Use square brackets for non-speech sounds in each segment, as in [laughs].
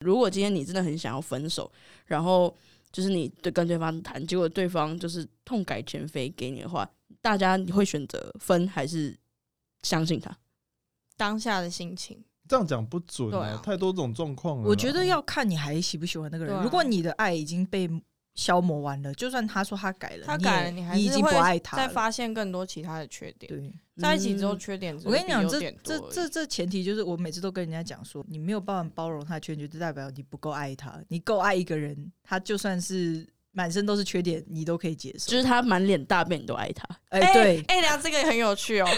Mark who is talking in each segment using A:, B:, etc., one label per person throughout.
A: 如果今天你真的很想要分手，然后就是你对跟对方谈，结果对方就是痛改前非给你的话，大家你会选择分还是相信他？
B: 当下的心情，
C: 这样讲不准
B: 对
C: 啊
B: 啊，
C: 太多种状况了啦。
D: 我
C: [laughs]
D: 觉得要看你还喜不喜欢那个人。
B: 对啊
D: 如果你的爱已经被消磨完了，就算他说他改了，
B: 他改了
D: 你
B: 你
D: 也
B: 还是
D: 已经不
B: 会
D: 爱他
B: 再
D: 了。
B: 发现更多其他的缺点，
D: 对，
B: 在一起之后
A: 嗯
B: 缺点只
D: 我
B: 会
D: 跟你讲，
B: 比优
D: 这
B: 点多
D: 这
B: 而已
D: 这这前提就是我每次都跟人家讲说，你没有办法包容他的缺点，就代表你不够爱他。你够爱一个人，他就算是满身都是缺点，你都可以接受
A: 就。是他满脸大便你都爱他，
D: 哎、
B: 哎
D: 对，
B: 哎、聊这个也很有趣哦。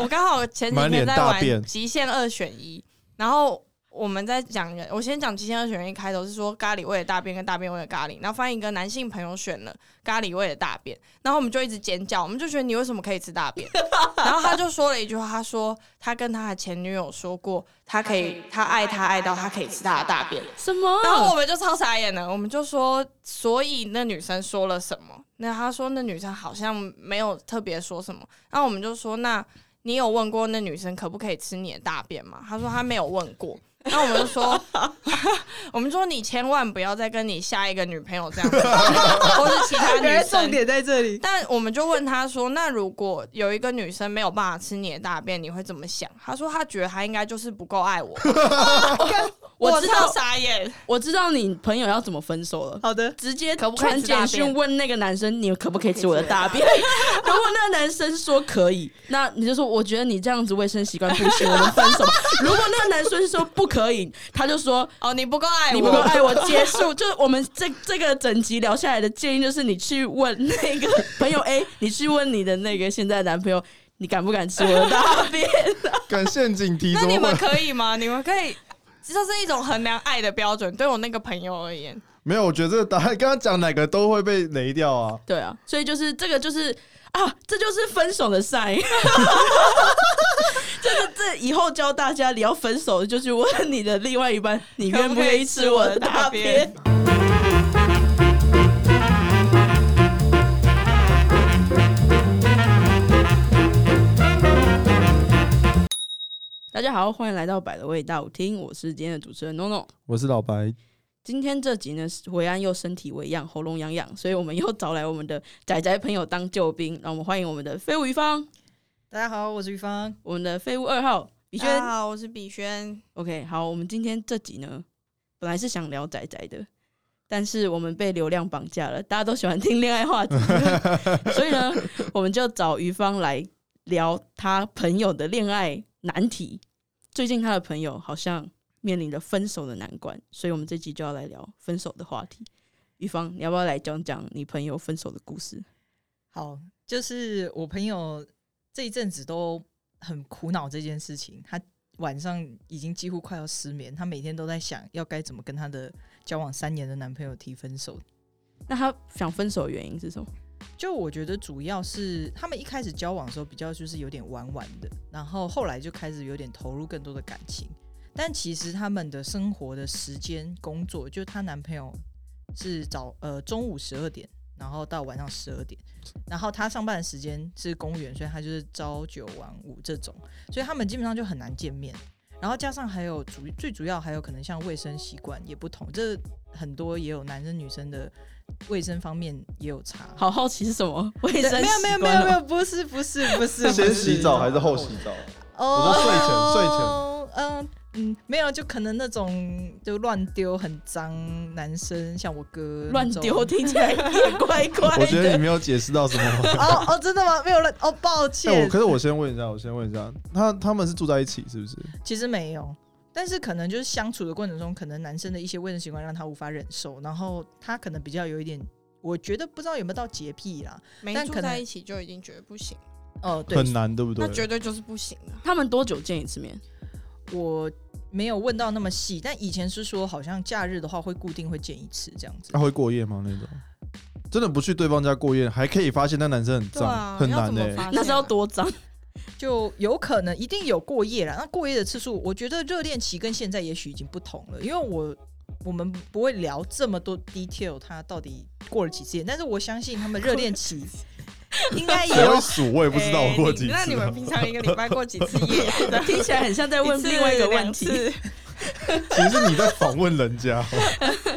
B: 我刚好前几
C: 满脸
B: 天在
C: 大
B: 玩
C: 便
B: 《极限二选一》，然后我们在讲人，我先讲《极限二选一》开头是说咖喱味的大便跟大便味的咖喱，然后翻译跟男性朋友选了咖喱味的大便，然后我们就一直尖叫，我们就觉得你为什么可以吃大
D: [laughs]
B: 便？然后他就说了一句话，他说他跟他的前女友说过，他可以，他爱他爱到他可以吃他的大便。
A: 什么？
B: 然后我们就超傻眼了，我们就说，所以那女生说了什么？那她说那女生好像没有特别说什么。然后我们就说，那你有问过那女生可不可以吃你的大便吗？她说她没有问 [laughs] 过。然后我们就说，我们说你千万不要再跟你下一个女朋友这样 [laughs] 子，或是其他
D: 原来
B: 女
D: 哎重
B: 生。
D: 点在这里。
B: 但我们就问他说：“那如果有一个女生没有办法吃你的大便，你会怎么想？”他说：“他觉得他应该就是不够爱我。 [laughs]
A: 我知道
B: 超傻眼，
A: 我知道你朋友要怎么分手了。
D: 好的，
A: 哦直接
B: 可不可以
A: 传
B: 吃大
A: 简
B: 便
A: 讯问那个男生，你可不可以吃我的大 [laughs] 便？如果那个男生说可以，那你就说我觉得你这样子卫生习惯不行，我们分手。如果那个男生说不可以，他就说
B: 哦，你不够爱我，
A: 你不够爱我，结束。 [laughs] 就是我们这这个整集聊下来的建议，就是你去问那个朋友 A，你去问你的那个现在的男朋友，你敢不敢吃我的大便？
C: 敢陷阱题
B: [laughs] 那
C: 怎
B: 你
C: 么
B: 们
C: 会？
B: 可以吗？你们可以，这是一种衡量爱的标准。对我那个朋友而言，
C: 没有，我觉得这个答案刚刚讲哪个都会被雷掉啊。
A: 对啊，所以就是这个就是啊，这就是分手的 sign。这个这以后教大家，你要分手就去问你的另外一半，你愿不愿意吃我的大便？大家好，欢迎来到百的味道厅，我是今天的主持人 NONO。
C: 我是老白，
A: 今天这集呢，维安又身体微恙，喉咙痒痒，所以我们又找来我们的仔仔朋友当救兵，让我们欢迎我们的废物一方，
D: 大家好，我是玉芳。
A: 我们的废物二号李
B: 比
A: 轩。
B: 好，啊我是比轩。
A: OK，好，我们今天这集呢，本来是想聊仔仔的，但是我们被流量绑架了，大家都喜欢听恋爱话题，所以呢，我们就找于芳来聊他朋友的恋爱难题。最近他的朋友好像面临着分手的难关，所以我们这集就要来聊分手的话题。于芳，你要不要来讲讲你朋友分手的故事？
D: 好，就是我朋友这一阵子都很苦恼这件事情，他晚上已经几乎快要失眠，他每天都在想要该怎么跟他的交往三年的男朋友提分手。
A: 那他想分手的原因是什么？
D: 就我觉得主要是他们一开始交往的时候比较就是有点玩玩的，然后后来就开始有点投入更多的感情，但其实他们的生活的时间、工作，就她男朋友是早呃中午十二点，然后到晚上十二点，然后她上班的时间是公务员，所以她就是朝九晚五这种，所以他们基本上就很难见面。然后加上还有主最主要还有可能像卫生习惯也不同，这很多也有男生女生的卫生方面也有差。
A: 好好奇是什么卫
D: 对
A: 生
D: 没有没
A: 习
D: 有没
A: 惯
D: 有
A: 哦
D: 没有，不是不是不
C: [laughs]
D: 是，
C: 先
D: 不
C: 洗澡还是后洗
B: [laughs]
C: 澡？
D: 哦
C: 我说睡前睡前
D: 嗯嗯，没有，就可能那种就乱丢很脏，男生像我哥
A: 乱
D: 那种
A: 丢，听起来也怪怪的。
C: 我觉得你没有解释到什
B: [laughs]
C: [laughs] 么。
D: 哦哦，真的吗？没有乱哦，抱
C: 哎、我
D: 歉，
C: 可是我先问一下，我先问一下，他他们是住在一起是不是？
D: 其实没有。但是可能就是相处的过程中，可能男生的一些卫生习惯让他无法忍受，然后他可能比较有一点，我觉得不知道有没有到洁癖啦。
B: 没
D: 但
B: 住
D: 可能
B: 在一起就已经觉得不行，
D: 哦，对，
C: 很难，对不对
B: 那？绝对就是不行的。
A: 他们多久见一次面？
D: 我没有问到那么细，但以前是说好像假日的话会固定会见一次这样子
C: 他、。会过夜吗？那种真的不去对方家过夜，还可以发现那男生很
B: 对
C: 脏，
B: 啊，
C: 很
B: 要怎
C: 难
B: 么
C: 欸呢、
B: 发现啊
A: 那是要多脏？
D: 就有可能一定有过夜啦。那过夜的次数，我觉得热恋期跟现在也许已经不同了，因为我我们不会聊这么多 detail，他到底过了几次夜。但是我相信他们热恋
C: [laughs]
D: 期应该也
C: 谁
D: 有
C: 会数？我也不知道
B: 哎
C: 我过几
B: 你
C: 次、啊 [laughs]
B: 那你们平常一个礼拜过几次夜？
A: 听起来很像在问
B: 一次 [laughs]
D: [laughs]
A: 另外一个问
B: 两
A: 题。
B: 次
C: 其实是你在访问
B: [laughs]
C: 人家。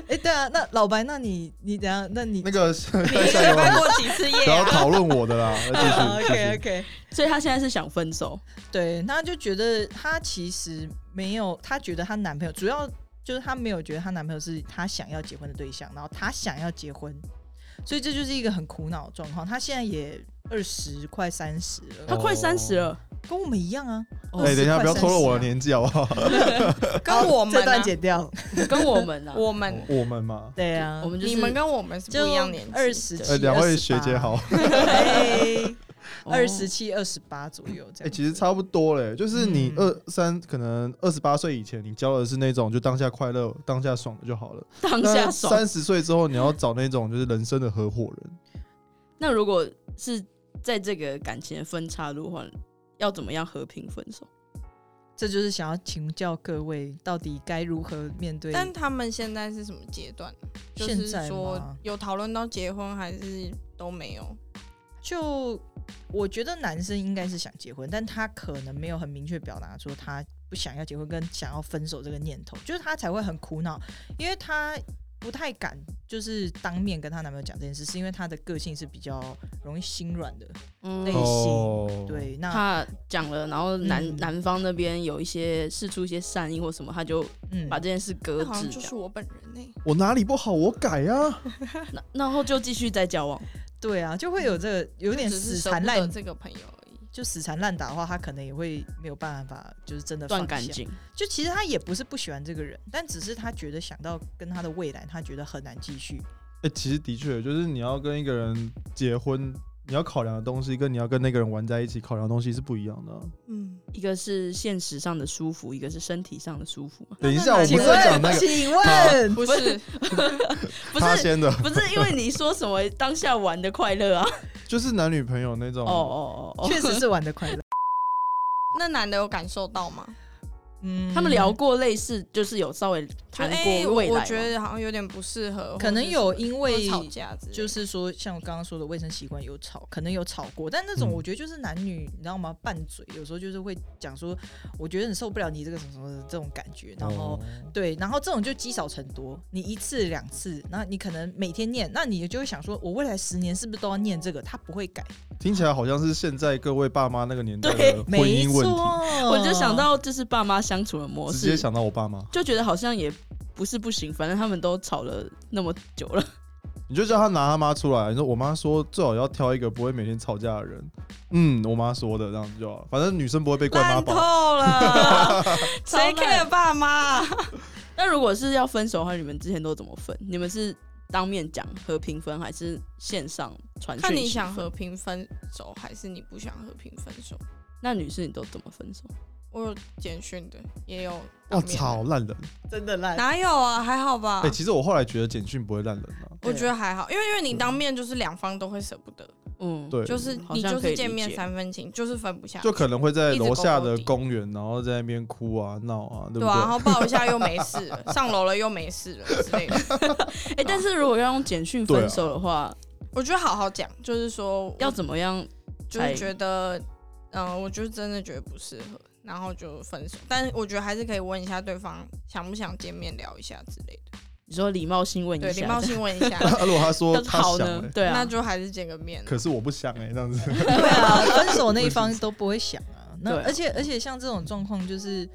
D: 哎，对啊，那老白，那你你等下，那你
C: 那个
B: 你
C: 在
B: 一
C: 下
B: 个
C: 一
B: 礼拜
C: 个
B: 过几次夜
C: 不要
B: 啊？
C: 讨论我的啦，
D: [laughs]
C: 继续继哎
D: OK
C: 续。
D: OK，
A: 所以他现在是想分手，
D: 对，她就觉得她其实没有，她觉得她男朋友主要就是她没有觉得她男朋友是她想要结婚的对象，然后她想要结婚，所以这就是一个很苦恼的状况。她现在也二十快三十了，
A: 他快
C: 哦
A: 三十了，
D: 跟我们一样啊。
A: 哦
C: 哎，等一下，不要透露我的
D: 年，
C: 年纪好不好？
B: [laughs] 跟我
D: 啊这
B: 们啊，
D: 段剪掉。 [laughs]
A: 跟我们啊，
B: [laughs] 我们
C: 我们嘛，
D: 对啊，
A: 我们就是
B: 你们跟我们是
D: 就
B: 不一样年纪，
D: 二十
C: 呃，
D: 七，
C: 两位学
B: [laughs]
C: 姐好。
D: 嘿，
A: 哦
D: 二十七、二十八左右
C: 哎、
D: 这样子。
C: 其实差不多嘞，就是你
D: 嗯
C: 二三、可能二十八岁以前，你交的是那种就当下快乐、当下爽的就好了。
A: 当
C: 那
A: 下爽。
C: 三十岁之后，你要找那种就是人生的合伙人，
A: 那如果是在这个感情的分岔路换，要怎么样和平分手？
D: 这就是想要请教各位，到底该如何面对？
B: 但他们现在是什么阶段？就
D: 现
B: 是
D: 在
B: 说
D: 吗
B: 有讨论到结婚还是都没有？
D: 就我觉得男生应该是想结婚，但他可能没有很明确表达说他不想要结婚跟想要分手这个念头，就是他才会很苦恼，因为他不太敢就是当面跟她男朋友讲这件事，是因为他的个性是比较容易心软的。
A: 嗯
D: 类，型
C: 哦，，
D: 对，那
A: 他讲了，然后男、
D: 嗯
A: 男方那边有一些试出一些善意或什么，他就
D: 嗯
A: 把这件事搁
B: 那好
A: 置
B: 像
A: 这
B: 就
A: 样，
B: 是我本人欸呢、
C: 我哪里不好，我改啊。
A: 那然后就继续再交往。
D: 对啊，就会有这个有
B: 有
D: 点死缠
B: 烂
D: 烂，
B: 这个朋友而已。
D: 就死缠烂打的话，他可能也会没有办法，就是真的
A: 断
D: 放
A: 感
D: 下
A: 情，
D: 就其实他也不是不喜欢这个人，但只是他觉得想到跟他的未来，他觉得很难继续。
C: 哎、其实的确，就是你要跟一个人结婚，你要考量的东西跟你要跟那个人玩在一起考量的东西是不一样的啊、
B: 嗯，
A: 一个是现实上的舒服，一个是身体上的舒服嘛。
C: 等一下，我
D: 请
C: 不是在讲那
D: 问，
C: 个
D: 请问，
B: 不是，
A: 不
C: 他
A: 是
C: 先的，
A: 不是因为你说什么当下玩的快乐啊？
C: 就是男女朋友那种。
A: 哦哦哦哦，
D: 确实是玩的快乐。
C: [laughs]
B: 那男的有感受到吗？
A: [laughs]
D: 嗯
A: 他们聊，过类似，就是有稍微
B: 就
A: 谈
B: 哎
A: 过
B: 我
A: 未来
B: 我
A: 吗。
B: 觉得好像有点不适合，
D: 嗯可能有
B: 或者是什么
D: 因为
B: 或者吵架之类的，
D: 就是说像我刚刚说的卫生习惯有吵，可能有吵过，但那种
C: 嗯
D: 我觉得就是男女，你知道吗？拌嘴有时候就是会讲说，我觉得很受不了你这个什么什么的这种感觉，然后。
C: 哦
D: 对，然后这种就积少成多，你一次两次，那你可能每天念，那你就会想说，我未来十年是不是都要念这个？他不会改，
C: 听起来好像是现在各位爸妈那个年代
A: 对
C: 的婚
D: 没
C: 姻
D: 错
C: 问题。，
A: 我就想到就是爸妈相处的模
C: 直接
A: 式，
C: 想到我爸妈，
A: 就觉得好像也不是不行，反正他们都吵了那么久了， [laughs]
C: 你就叫他拿他妈出来。你说我妈说最好要挑一个不会每天吵架的人。嗯，我妈说的，这样就好了。反正女生不会被怪妈
B: 烂
C: 宝。
B: 透
D: [laughs]
B: 了，
A: 超
B: 谁
A: 烂
B: care 爸妈？
A: 那如果是要分手的话，你们之前都怎么分？你们是当面讲和平分，还是线上传讯息
B: 看
A: 分？
B: 你想和平分手还是你不想和平分手？
A: 那女士你都怎么分手？
B: 我有简讯的，也有当
C: 我
B: 面的
C: 哦操，烂人！
D: 真的烂，
B: 哪有啊？还好吧
C: 哎、。其实我后来觉得简讯不会烂人啊。
B: 我觉得还好，因为因为你当面就是两方都会舍不得，
A: 嗯，
C: 对，
B: 就是
A: 好
B: 你
A: 像
B: 就
A: 可以
B: 是见
A: 理
B: 面
A: 解
B: 三分情，就是分不下去，
C: 就可能会在
B: 一直
C: 楼下
B: 勾勾
C: 的
B: 底
C: 公园，然后在那边哭啊、闹啊，对不
B: 对啊，然后抱一下又没事了，上楼了又没事了
A: [laughs]
B: 之类的。
A: 哎、
C: 啊
A: 但是如果要用简讯分手的话，
B: 我觉得好好讲，就是说
A: 要
B: 要
A: 怎么样？
B: 就是觉得，嗯、我就真的觉得不适合，然后就分手。但是我觉得还是可以问一下对方想不想见面聊一下之类的，
A: 你说礼貌性问一下，
B: 对，礼貌性问一下，
C: 啊 [laughs] 如果他说
A: 但是
C: 他
A: 好
C: 想、
A: 呢？
C: 欸，
A: [laughs] 对啊，
B: 那就还是见个面。
C: 可是我不想哎、欸，这样子。
D: 对啊，分手那一方都不会想啊。那
A: 对啊
D: 而且而且像这种状况，就是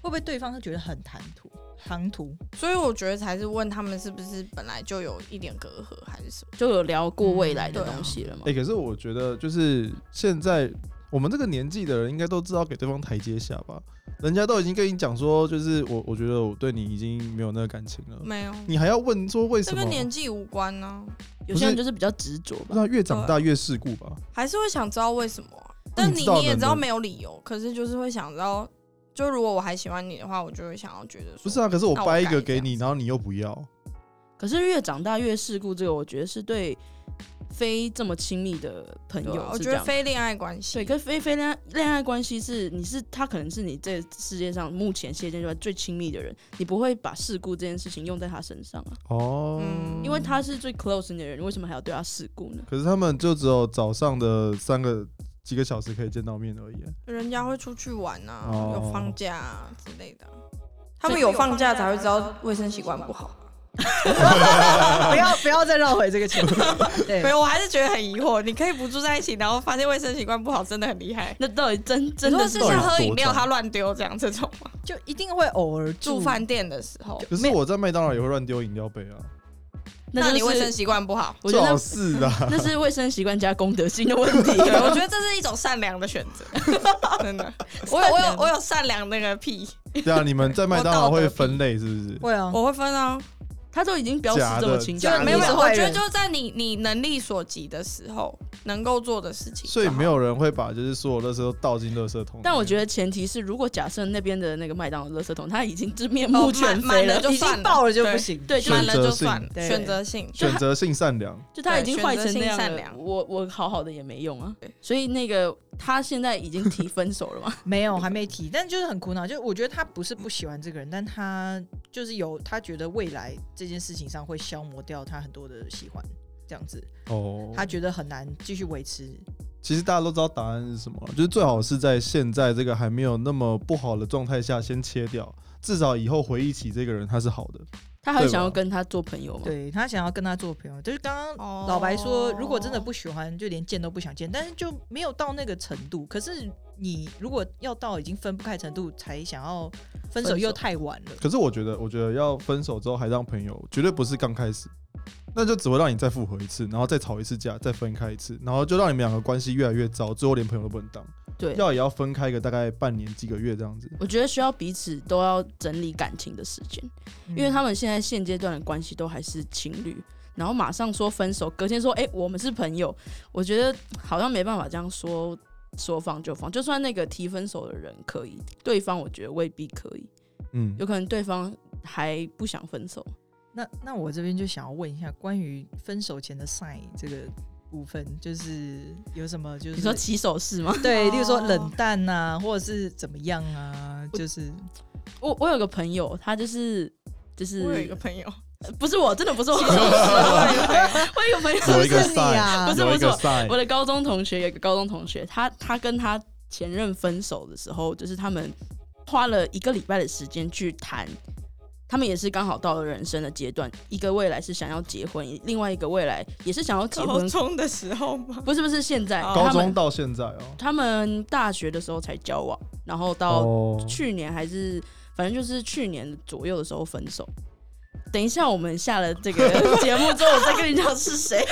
D: 会不会对方会觉得很唐突？唐突，
B: 所以我觉得才是问他们是不是本来就有一点隔阂还是什么。
A: 就有聊过未来的
B: 嗯对啊
A: 东西了嘛。
C: 哎、可是我觉得就是现在我们这个年纪的人，应该都知道给对方台阶下吧？人家都已经跟你讲说，就是我我觉得我对你已经没有那个感情了，
B: 没有，
C: 你还要问说为
B: 这
C: 什
B: 跟
C: 么？啊
B: 年纪无关啊呢、
A: 有些人就是比较执着吧。
C: 那越长大越世故吧？
B: 还是会想知道为什么啊、
C: 那
B: 但
C: 哦你
B: 你
C: 知道
B: 你也
C: 能
B: 知道
C: 不
B: 没有理由，可是就是会想到，就如果我还喜欢你的话，我就会想要觉得
C: 不
B: 说
C: 是啊，可是我
B: 那我
C: 掰一
B: 改
C: 个
B: 这
C: 给
B: 样
C: 你，
B: 子
C: 然后你又不要，
A: 可是越长大越世故，这个我觉得是对非这么亲密的朋
B: 对啊
A: 友
B: 我
A: 是
B: 觉
A: 这
B: 得
A: 样。
B: 非恋爱关系，
A: 对，跟非非恋爱恋爱关系是，你是他可能是你这世界上目前现阶段最亲密的人，你不会把世故这件事情用在他身上啊，
C: 哦，
B: 嗯
A: 因为他是最 close 你的人，你为什么还要对他世故呢？
C: 可是他们就只有早上的三个几个小时可以见到面而已。
B: 人家会出去玩啊，
C: 哦
B: 有放假啊之类的啊。他们有放假才会知道卫生习惯不好。
D: 不要不要再绕回这个情况。对
B: 没，有，我还是觉得很疑惑。你可以不住在一起，然后发现卫生习惯不好，真的很厉害。
A: 那到底真
B: 你
A: 真
B: 说
A: 的
B: 是
C: 到底
B: 像
C: 有
B: 喝饮
C: 多
B: 料
C: 脏
B: 他乱丢这样这种吗？
D: 就一定会偶尔
B: 住
D: 住
B: 饭店的时候，
C: 可是我在麦当劳也会乱丢饮料杯啊，
B: 那
A: 就
B: 你卫
A: 是
B: 生习惯不好。
A: 我觉
C: 好
A: 得
C: 是啊的。
B: [laughs]
A: 那是卫生习惯加公德心的问
C: [laughs]
A: 题。
B: 对，我觉得这是一种善良的选择，真的。我有我有我有善良那个屁，
C: 对啊，你们在麦当劳会分类是不是？
D: 会啊，
B: 我会分啊。
A: 他都已经标识这么清楚
C: 假的，
B: 没有，
D: 你
B: 没
D: 是
B: 有我
D: 坏
B: 觉得
D: 人
B: 就是在你你能力所及的时候，能够做的事情。
C: 所以没。有人会把就是所有垃圾都倒进垃圾桶里面。
A: 但我觉得前提是，如果假设那边的那个麦当劳垃圾桶，它已经是面
B: 哦
A: 目
B: 满
A: 全非
B: 满了
A: 了，
B: 就
D: 啊已
B: 算
D: 经
B: 了
D: 爆了就不
B: 对
D: 行。
A: 对，就
B: 满了就算了，
D: 对
B: 选择性
C: 选择性善良，
A: 就它已经坏成那
B: 选择性善
A: 样了，
B: 良
A: 我我好好的也没用啊
B: 对。
A: 所以那个他现在已经
B: [laughs]
A: 提分手了嘛？
D: 没有，还没提，但就是很苦恼。就我觉得他不是不喜欢这个人，但他就是有他觉得未来这件事情上会消磨掉他很多的喜欢，这样子，
C: 哦，
D: 他觉得很难继续维持。
C: 其实大家都知道答案是什么，就是最好是在现在这个还没有那么不好的状态下先切掉，至少以后回忆起这个人他是好的。
A: 他还
C: 对吧
A: 想要跟他做朋友吗？
D: 对他想要跟他做朋友，就是刚刚
B: 哦
D: [laughs] 老白说，如果真的不喜欢，就连见都不想见，但是就没有到那个程度。可是你如果要到已经分不开程度才想要分手，
A: 分手
D: 又太晚了。
C: 可是我觉得，我觉得要分手之后还当朋友，绝对不是刚开始，那就只会让你再复合一次，然后再吵一次架，再分开一次，然后就让你们两个关系越来越糟，最后连朋友都不能当。
A: 对，
C: 要也要分开个大概半年几个月这样子。
A: 我觉得需要彼此都要整理感情的时间，
D: 嗯
A: 因为他们现在现阶段的关系都还是情侣，然后马上说分手，隔天说哎、诶我们是朋友，我觉得好像没办法这样说说放就放，就算那个提分手的人可以，对方我觉得未必可以，
C: 嗯，
A: 有可能对方还不想分手。
D: 那那我这边就想要问一下，关于分手前的 sign 这个部分，就是有什么就是
A: 你说起手式吗？
D: 对，例如说
B: 哦
D: 冷淡啊，或者是怎么样啊，就是
A: [laughs] 我我有个朋友，他就是就是
B: 我有一个朋友，
A: 不是我，真的不是 [laughs] 我，我有一个朋友
C: 有一个
D: 是你啊
C: sign，
A: 不是
C: 有一个
A: 不
C: sign，
A: 我的高中同学有一个高中同学，他他跟他前任分手的时候，就是他们花了一个礼拜的时间去谈，他们也是刚好到了人生的阶段，一个未来是想要结婚，另外一个未来也是想要结
B: 高
A: 婚，
B: 中的时候
A: [laughs]
B: 吗？
A: 不是不是现在，
B: 哦
C: 高
A: 他
C: 中
A: 们
C: 到现在哦。
A: 他们大学的时候才交往，然后到
C: 哦，
A: 去年还是反正就是去年左右的时候分手。等一下，我们下了这个节目之后，我再跟你讲是谁。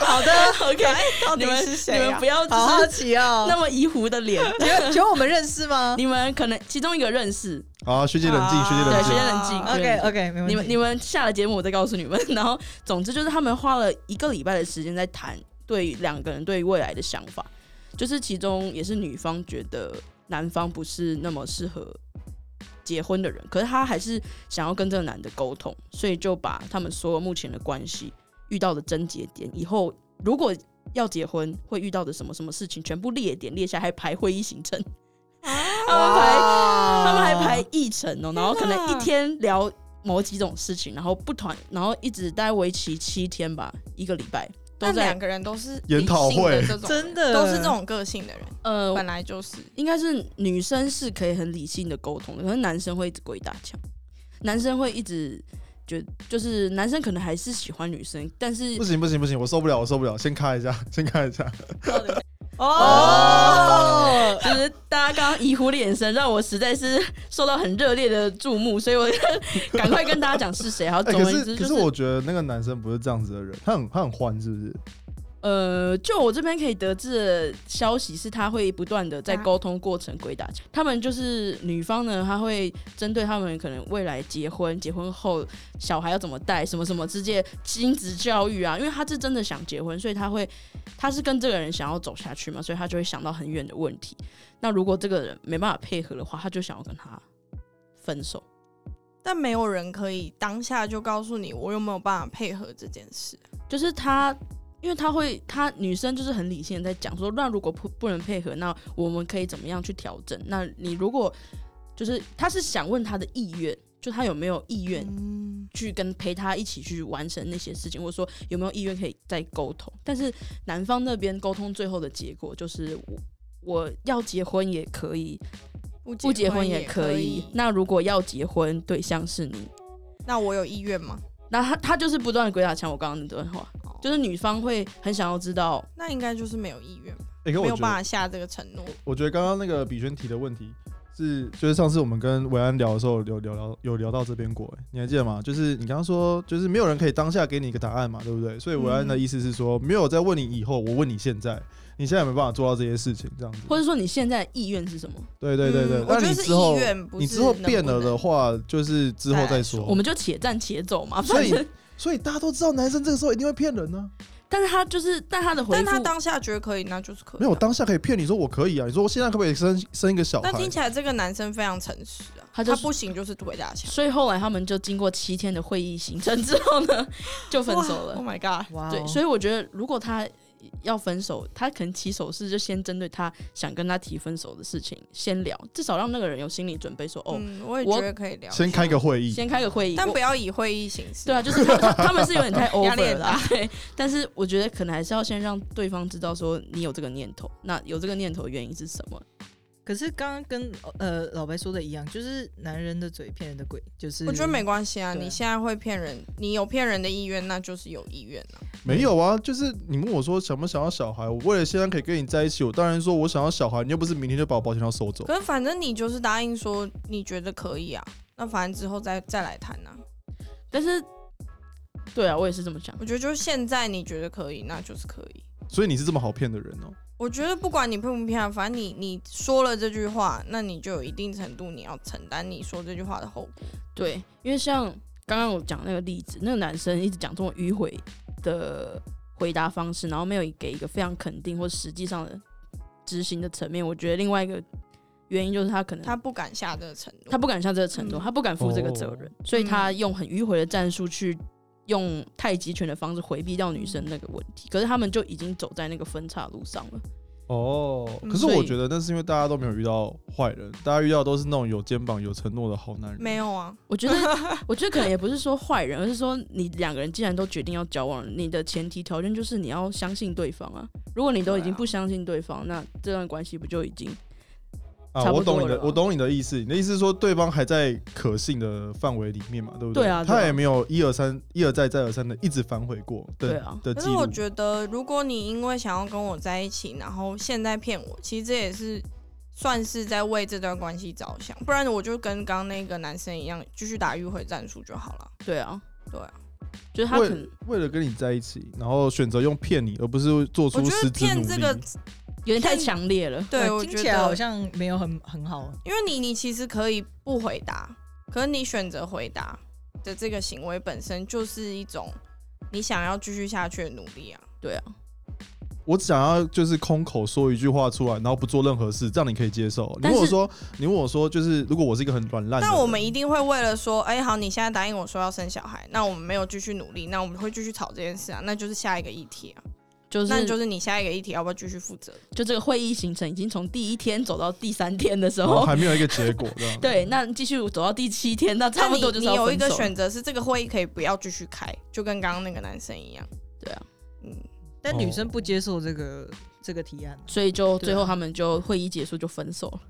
A: 好的，OK， [laughs]
B: 到
A: 你
B: 底
A: 们
B: 是
A: 你
B: 谁
A: 们
B: 啊
A: 不？要只
D: 好
A: 是
D: 好奇哦。
A: 那么疑惑的脸，
D: 请问请问我们认识吗
A: 你们可能其中一个认识，
C: 好，啊学姐冷静，学姐
A: 啊对，
C: 冷
A: 学
C: 静
A: 姐。冷静
B: 啊
D: ？OK OK，没问题。
A: 你们你们下了节目我再告诉你们。然后总之就是他们花了一个礼拜的时间在谈对两个人对未来的想法，就是其中也是女方觉得男方不是那么适合结婚的人，可是她还是想要跟这个男的沟通，所以就把他们所有目前的关系遇到的症结点，以后如果要结婚会遇到的什么什么事情，全部列点列下来，还排会议行程。他们排
D: 啊哇
A: 他们还排议程哦，然后可能
B: 天哪
A: 一天聊某几种事情，然后不团，然后一直大概为期七天吧，一个礼拜都
B: 但
A: 在
B: 两。个人都是
C: 研讨会
B: 理性的这种人
D: 真的
B: 都是这种个性的人，
A: 呃，
B: 本来就是。
A: 应该是女生是可以很理性的沟通的，可是男生会一直鬼打墙，男生会一直觉就是男生可能还是喜欢女生，但是
C: 不行不行不行，我受不了，我受不了，先咔一下， [laughs] 先咔一下。
A: 哦，就是大家刚刚疑惑的眼神让我实在是受到很热烈的注目，所以我 [laughs] 赶快跟大家讲是谁。好，呃
C: 哎、
A: 总而
C: 可
A: 言
C: 是
A: 之
C: 可
A: 就是
C: 我觉得那个男生不是这样子的人，他很他很欢，是不是？
A: 呃，就我这边可以得知的消息是，他会不断的在
B: 啊
A: 沟通过程鬼打墙。他们就是女方呢，她会针对他们可能未来结婚、结婚后小孩要怎么带、什么什么之间亲子教育啊，因为他是真的想结婚，所以他会，他是跟这个人想要走下去嘛，所以他就会想到很远的问题。那如果这个人没办法配合的话，他就想要跟他分手。
B: 但没有人可以当下就告诉你我有没有办法配合这件事。
A: 就是他，因为他会，他女生就是很理性的在讲说，那如果不不能配合，那我们可以怎么样去调整？那你如果就是他是想问他的意愿，就他有没有意愿
B: 嗯，
A: 去跟陪他一起去完成那些事情，或者说有没有意愿可以再沟通？但是男方那边沟通最后的结果就是我我要结婚也可以，不
B: 不
A: 结婚也
B: 也
A: 可以。那如果要结婚，对象是你，
B: 那我有意愿吗？
A: 那他他就是不断的鬼打墙。我刚刚那段话，
B: 哦
A: 就是女方会很想要知道，
B: 那应该就是没有意愿吧，
C: 哎、可
B: 没
C: 我
B: 有
C: 觉
B: 办
C: 得，
B: 法下这个承诺。
C: 我觉得刚刚那个比轩提的问题是，就是上次我们跟维安聊的时候，有聊聊有聊到这边过、哎你还记得吗？就是你刚刚说，就是没有人可以当下给你一个答案嘛，对不对？所以维安
A: 嗯
C: 的意思是说，没有在问你以后，我问你现在，你现在有没有办法做到这些事情，这样子。
A: 或者说你现在的意愿是什么？
C: 对对对对
B: 嗯，
C: 那
B: 我觉
C: 你
B: 得是
C: 之
B: 意
C: 后
B: 愿，不是
C: 你之后
B: 能不
C: 变了的
B: 能，
C: 话，就是之后再说。
A: 我们就且战且走嘛。
C: 哦所以
A: [laughs] 反正
C: 所以大家都知道，男生这个时候一定会骗人啊呢、
A: 但是他就是，但他的回
B: 但
A: 复，
B: 他当下觉得可以，那就是可以啊。
C: 没有，我当下可以骗你说我可以啊，你说我现在可不可以生生一个小孩
B: 但？听起来这个男生非常诚实啊，
A: 他
B: 他
A: 就是
B: 不行就是鬼
A: [laughs]
B: 打墙，
A: 所以后来他们就经过七天的会议行程之后呢， [laughs] 就分手
B: 哇
A: 了
B: Oh。my god！
D: 哇哦，
A: 对，所以我觉得如果他要分手，他可能起手是就先针对他想跟他提分手的事情先聊，至少让那个人有心理准备说，哦，
B: 嗯，我也
A: 我
B: 觉得可以聊，
C: 先开个会议，
A: 先开个会议，
B: 嗯但
A: 我
B: 不要以会议形式。
A: 对啊，，就是他他他们是有点
B: [laughs]
A: 太
B: 压力
A: over
B: 很
A: 了啦，对。但是我觉得可能还是要先让对方知道说你有这个念头，那有这个念头的原因是什么？
D: 可是刚刚跟呃老白说的一样，就是男人的嘴骗人的鬼，就是
B: 我觉得没关系啊，
D: 对啊
B: 你现在会骗人，你有骗人的意愿，那就是有意愿啊。
C: 没有啊，就是你问我说想不想要小孩，我为了现在可以跟你在一起，我当然说我想要小孩，你又不是明天就把我保险套收走。
B: 可是反正你就是答应说你觉得可以啊，那反正之后再再来谈啊。
A: 但是，对啊，我也是这么想。
B: 我觉得就是现在你觉得可以，那就是可以。
C: 所以你是这么好骗的人哦、
B: 我觉得不管你骗不骗啊，反正你你说了这句话，那你就有一定程度你要承担你说这句话的后果。
A: 对，因为像刚刚我讲那个例子，那个男生一直讲这种迂回的回答方式，然后没有给一个非常肯定或实际上的执行的层面。我觉得另外一个原因就是他可能
B: 他不敢下这个承诺，
A: 他不敢下这个承诺，
B: 嗯
A: 他不敢负这个责任，所以他用很迂回的战术去用太极拳的方式回避掉女生那个问题。可是他们就已经走在那个分岔路上了。
C: 哦，
B: 嗯
C: 可是
A: 所
C: 我
A: 以
C: 觉得那是因为大家都没有遇到坏人，大家遇到都是那种有肩膀、有承诺的好男人。
B: 没有啊，
A: 我觉得， [laughs] 我觉得可能也不是说坏人，而是说你两个人既然都决定要交往了，你的前提条件就是你要相信对方啊。如果你都已经
B: 对啊
A: 不相信对方，那这段关系不就已经
C: 啊，
A: 差不
C: 我懂
A: 多
C: 你的
A: 了，吧
C: 我懂你的意思。你的意思是说，对方还在可信的范围里面嘛，对不
A: 对啊对啊
C: 他也没有一而三、一而再、再而三的一直反悔过的
A: 对啊
C: 的
B: 可
C: 记
B: 是
C: 录
B: 我。觉得，如果你因为想要跟我在一起，然后现在骗我，其实这也是算是在为这段关系着想，不然我就跟刚刚那个男生一样，继续打迂回战术就好了。
A: 对啊？
B: 对啊，
A: 就是他可能
C: 为为了跟你在一起，然后选择用骗你，而不是做
B: 我
C: 出
B: 觉
C: 实
B: 得
C: 质努
B: 骗
C: 力。
B: 这个，
A: 有点太强烈了。
B: 对
D: 呃
B: 我
D: 听
B: 觉
D: 起来好
B: 得，哦
D: 像没有很很好。
B: 因为你你其实可以不回答，可是你选择回答的这个行为本身就是一种你想要继续下去的努力啊。
C: 我只想要就是空口说一句话出来，然后不做任何事，这样你可以接受。你
A: 但
C: 问
A: 是
C: 我说，你问我说，就是如果我是一个很软烂的人，
B: 但我们一定会为了说，哎、好，你现在答应我说要生小孩，那我们没有继续努力，那我们会继续吵这件事啊，那就是下一个议题啊，
A: 就
B: 那
A: 是
B: 就是你下一个议题要不要继续负责？
A: 就这个会议行程已经从第一天走到第三天的时
C: 然后
A: 候，
B: [laughs]
C: 还没有一个结果，这样
A: [laughs] 对，那继续走到第七天，那差不多就是
B: 那你你
A: 要
B: 有一
A: 分
B: 个
A: 手了
B: 选择是这个会议可以不要继续开，就跟刚刚那个男生一样，
A: 对啊，
B: 嗯，
D: 但
C: 哦
D: 女生不接受这个这个提案啊、
A: 所以就
D: 对啊
A: 最后他们就会议结束就分手了。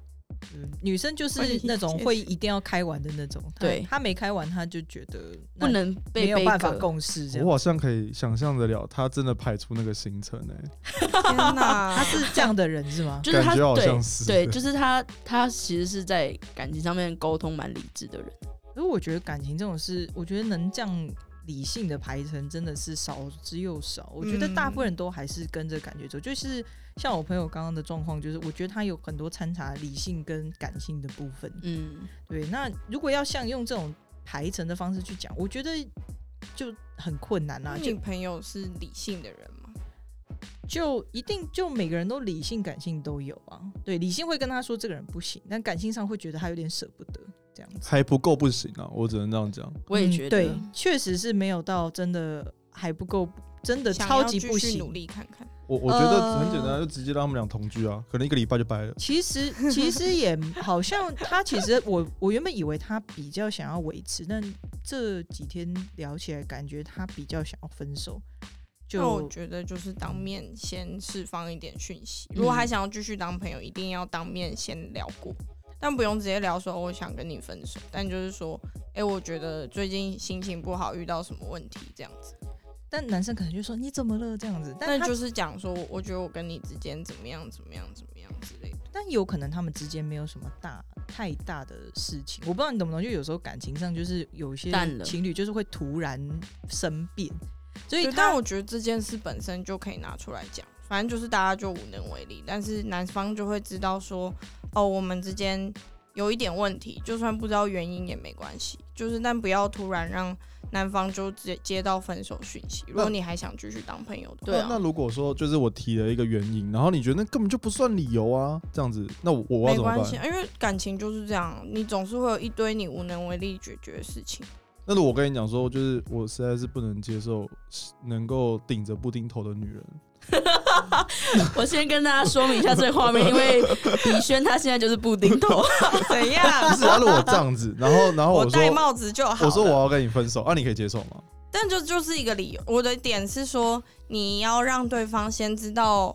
D: 嗯女生就是
B: 会议
D: 那种
B: 结
D: 会议一定要开完的那种，她
A: 对
D: 她没开完，她就觉得那
A: 不能被
D: 没有
A: 杯
D: 办法
A: 葛
D: 共识这样
C: 我。好像可以想象得了，他真的排出那个行程欸诶、
A: [laughs]
B: 天哪，
D: 她是这样的人是吗？
A: 就是他
C: 感觉好
A: 对
C: 像是
A: 对，就是他他其实是在感情上面沟通蛮理智的人，
D: 可是我觉得感情这种事，我觉得能这样理性的排程真的是少之又少。我觉得大部分人都还是跟着感觉走，就是像我朋友刚刚的状况，就是我觉得他有很多掺杂理性跟感性的部分。
A: 嗯，
D: 对，那如果要像用这种排程的方式去讲，我觉得就很困难
B: 那
D: 啊，
B: 你
D: 就
B: 朋友是理性的人吗？
D: 就一定就每个人都理性、感性都有啊。对，理性会跟他说这个人不行，但感性上会觉得他有点舍不得这样子。
C: 还不够不行啊，我只能这样讲。
A: 我也
D: 嗯
A: 觉得，
D: 对，确实是没有到真的还不够，真的
B: 想
D: 超
B: 要
D: 级
B: 继
D: 不
B: 续努
D: 行。
B: 力看看，
C: 我我觉得
D: 呃
C: 很简单，就直接让他们俩同居啊，可能一个礼拜就掰了。
B: [laughs]
D: 其实其实也好像他其实我我原本以为他比较想要维持，但这几天聊起来，感觉他比较想要分手。
B: 那我
D: 就
B: 觉得就是当面
D: 嗯
B: 先释放一点讯息，如果还想要继续当朋友，一定要当面先聊过，但不用直接聊说、哦我想跟你分手，但就是说，哎、我觉得最近心情不好，遇到什么问题这样子，
D: 但男生可能就说你怎么了这样子，但
B: 但
D: 他
B: 就是讲说，我觉得我跟你之间怎么样怎么样怎么样之类的。
D: 但有可能他们之间没有什么大太大的事情，我不知道你懂不懂。就有时候感情上就是有一些
A: 淡了
D: 情侣就是会突然生变，所以
B: 对，
D: 他
B: 但我觉得这件事本身就可以拿出来讲，反正就是大家就无能为力，但是男方就会知道说，哦，我们之间有一点问题，就算不知道原因也没关系，就是但不要突然让男方就接接到分手讯息。如果你还想继续当朋友的话，
A: 对啊
C: 那那如果说就是我提了一个原因，然后你觉得那根本就不算理由啊，这样子，那我我要
B: 没
C: 怎么
B: 关系，啊
C: 办？
B: 因为感情就是这样，你总是会有一堆你无能为力解决的事情。 [laughs]
C: 那如果我跟你讲说，就是我实在是不能接受能够顶着布丁头的女人，
A: 我先跟大家说明一下这个画面，因为李轩他现在就是布丁
B: [laughs]
A: 头，
B: 怎
C: 不
B: 样？
C: 是，啊他如果这样子，然后然后
B: 我
C: 说
B: 戴帽子就好了。
C: 我说我要跟你分手，啊，你可以接受吗？
B: 但就就是一个理由。我的点是说，你要让对方先知道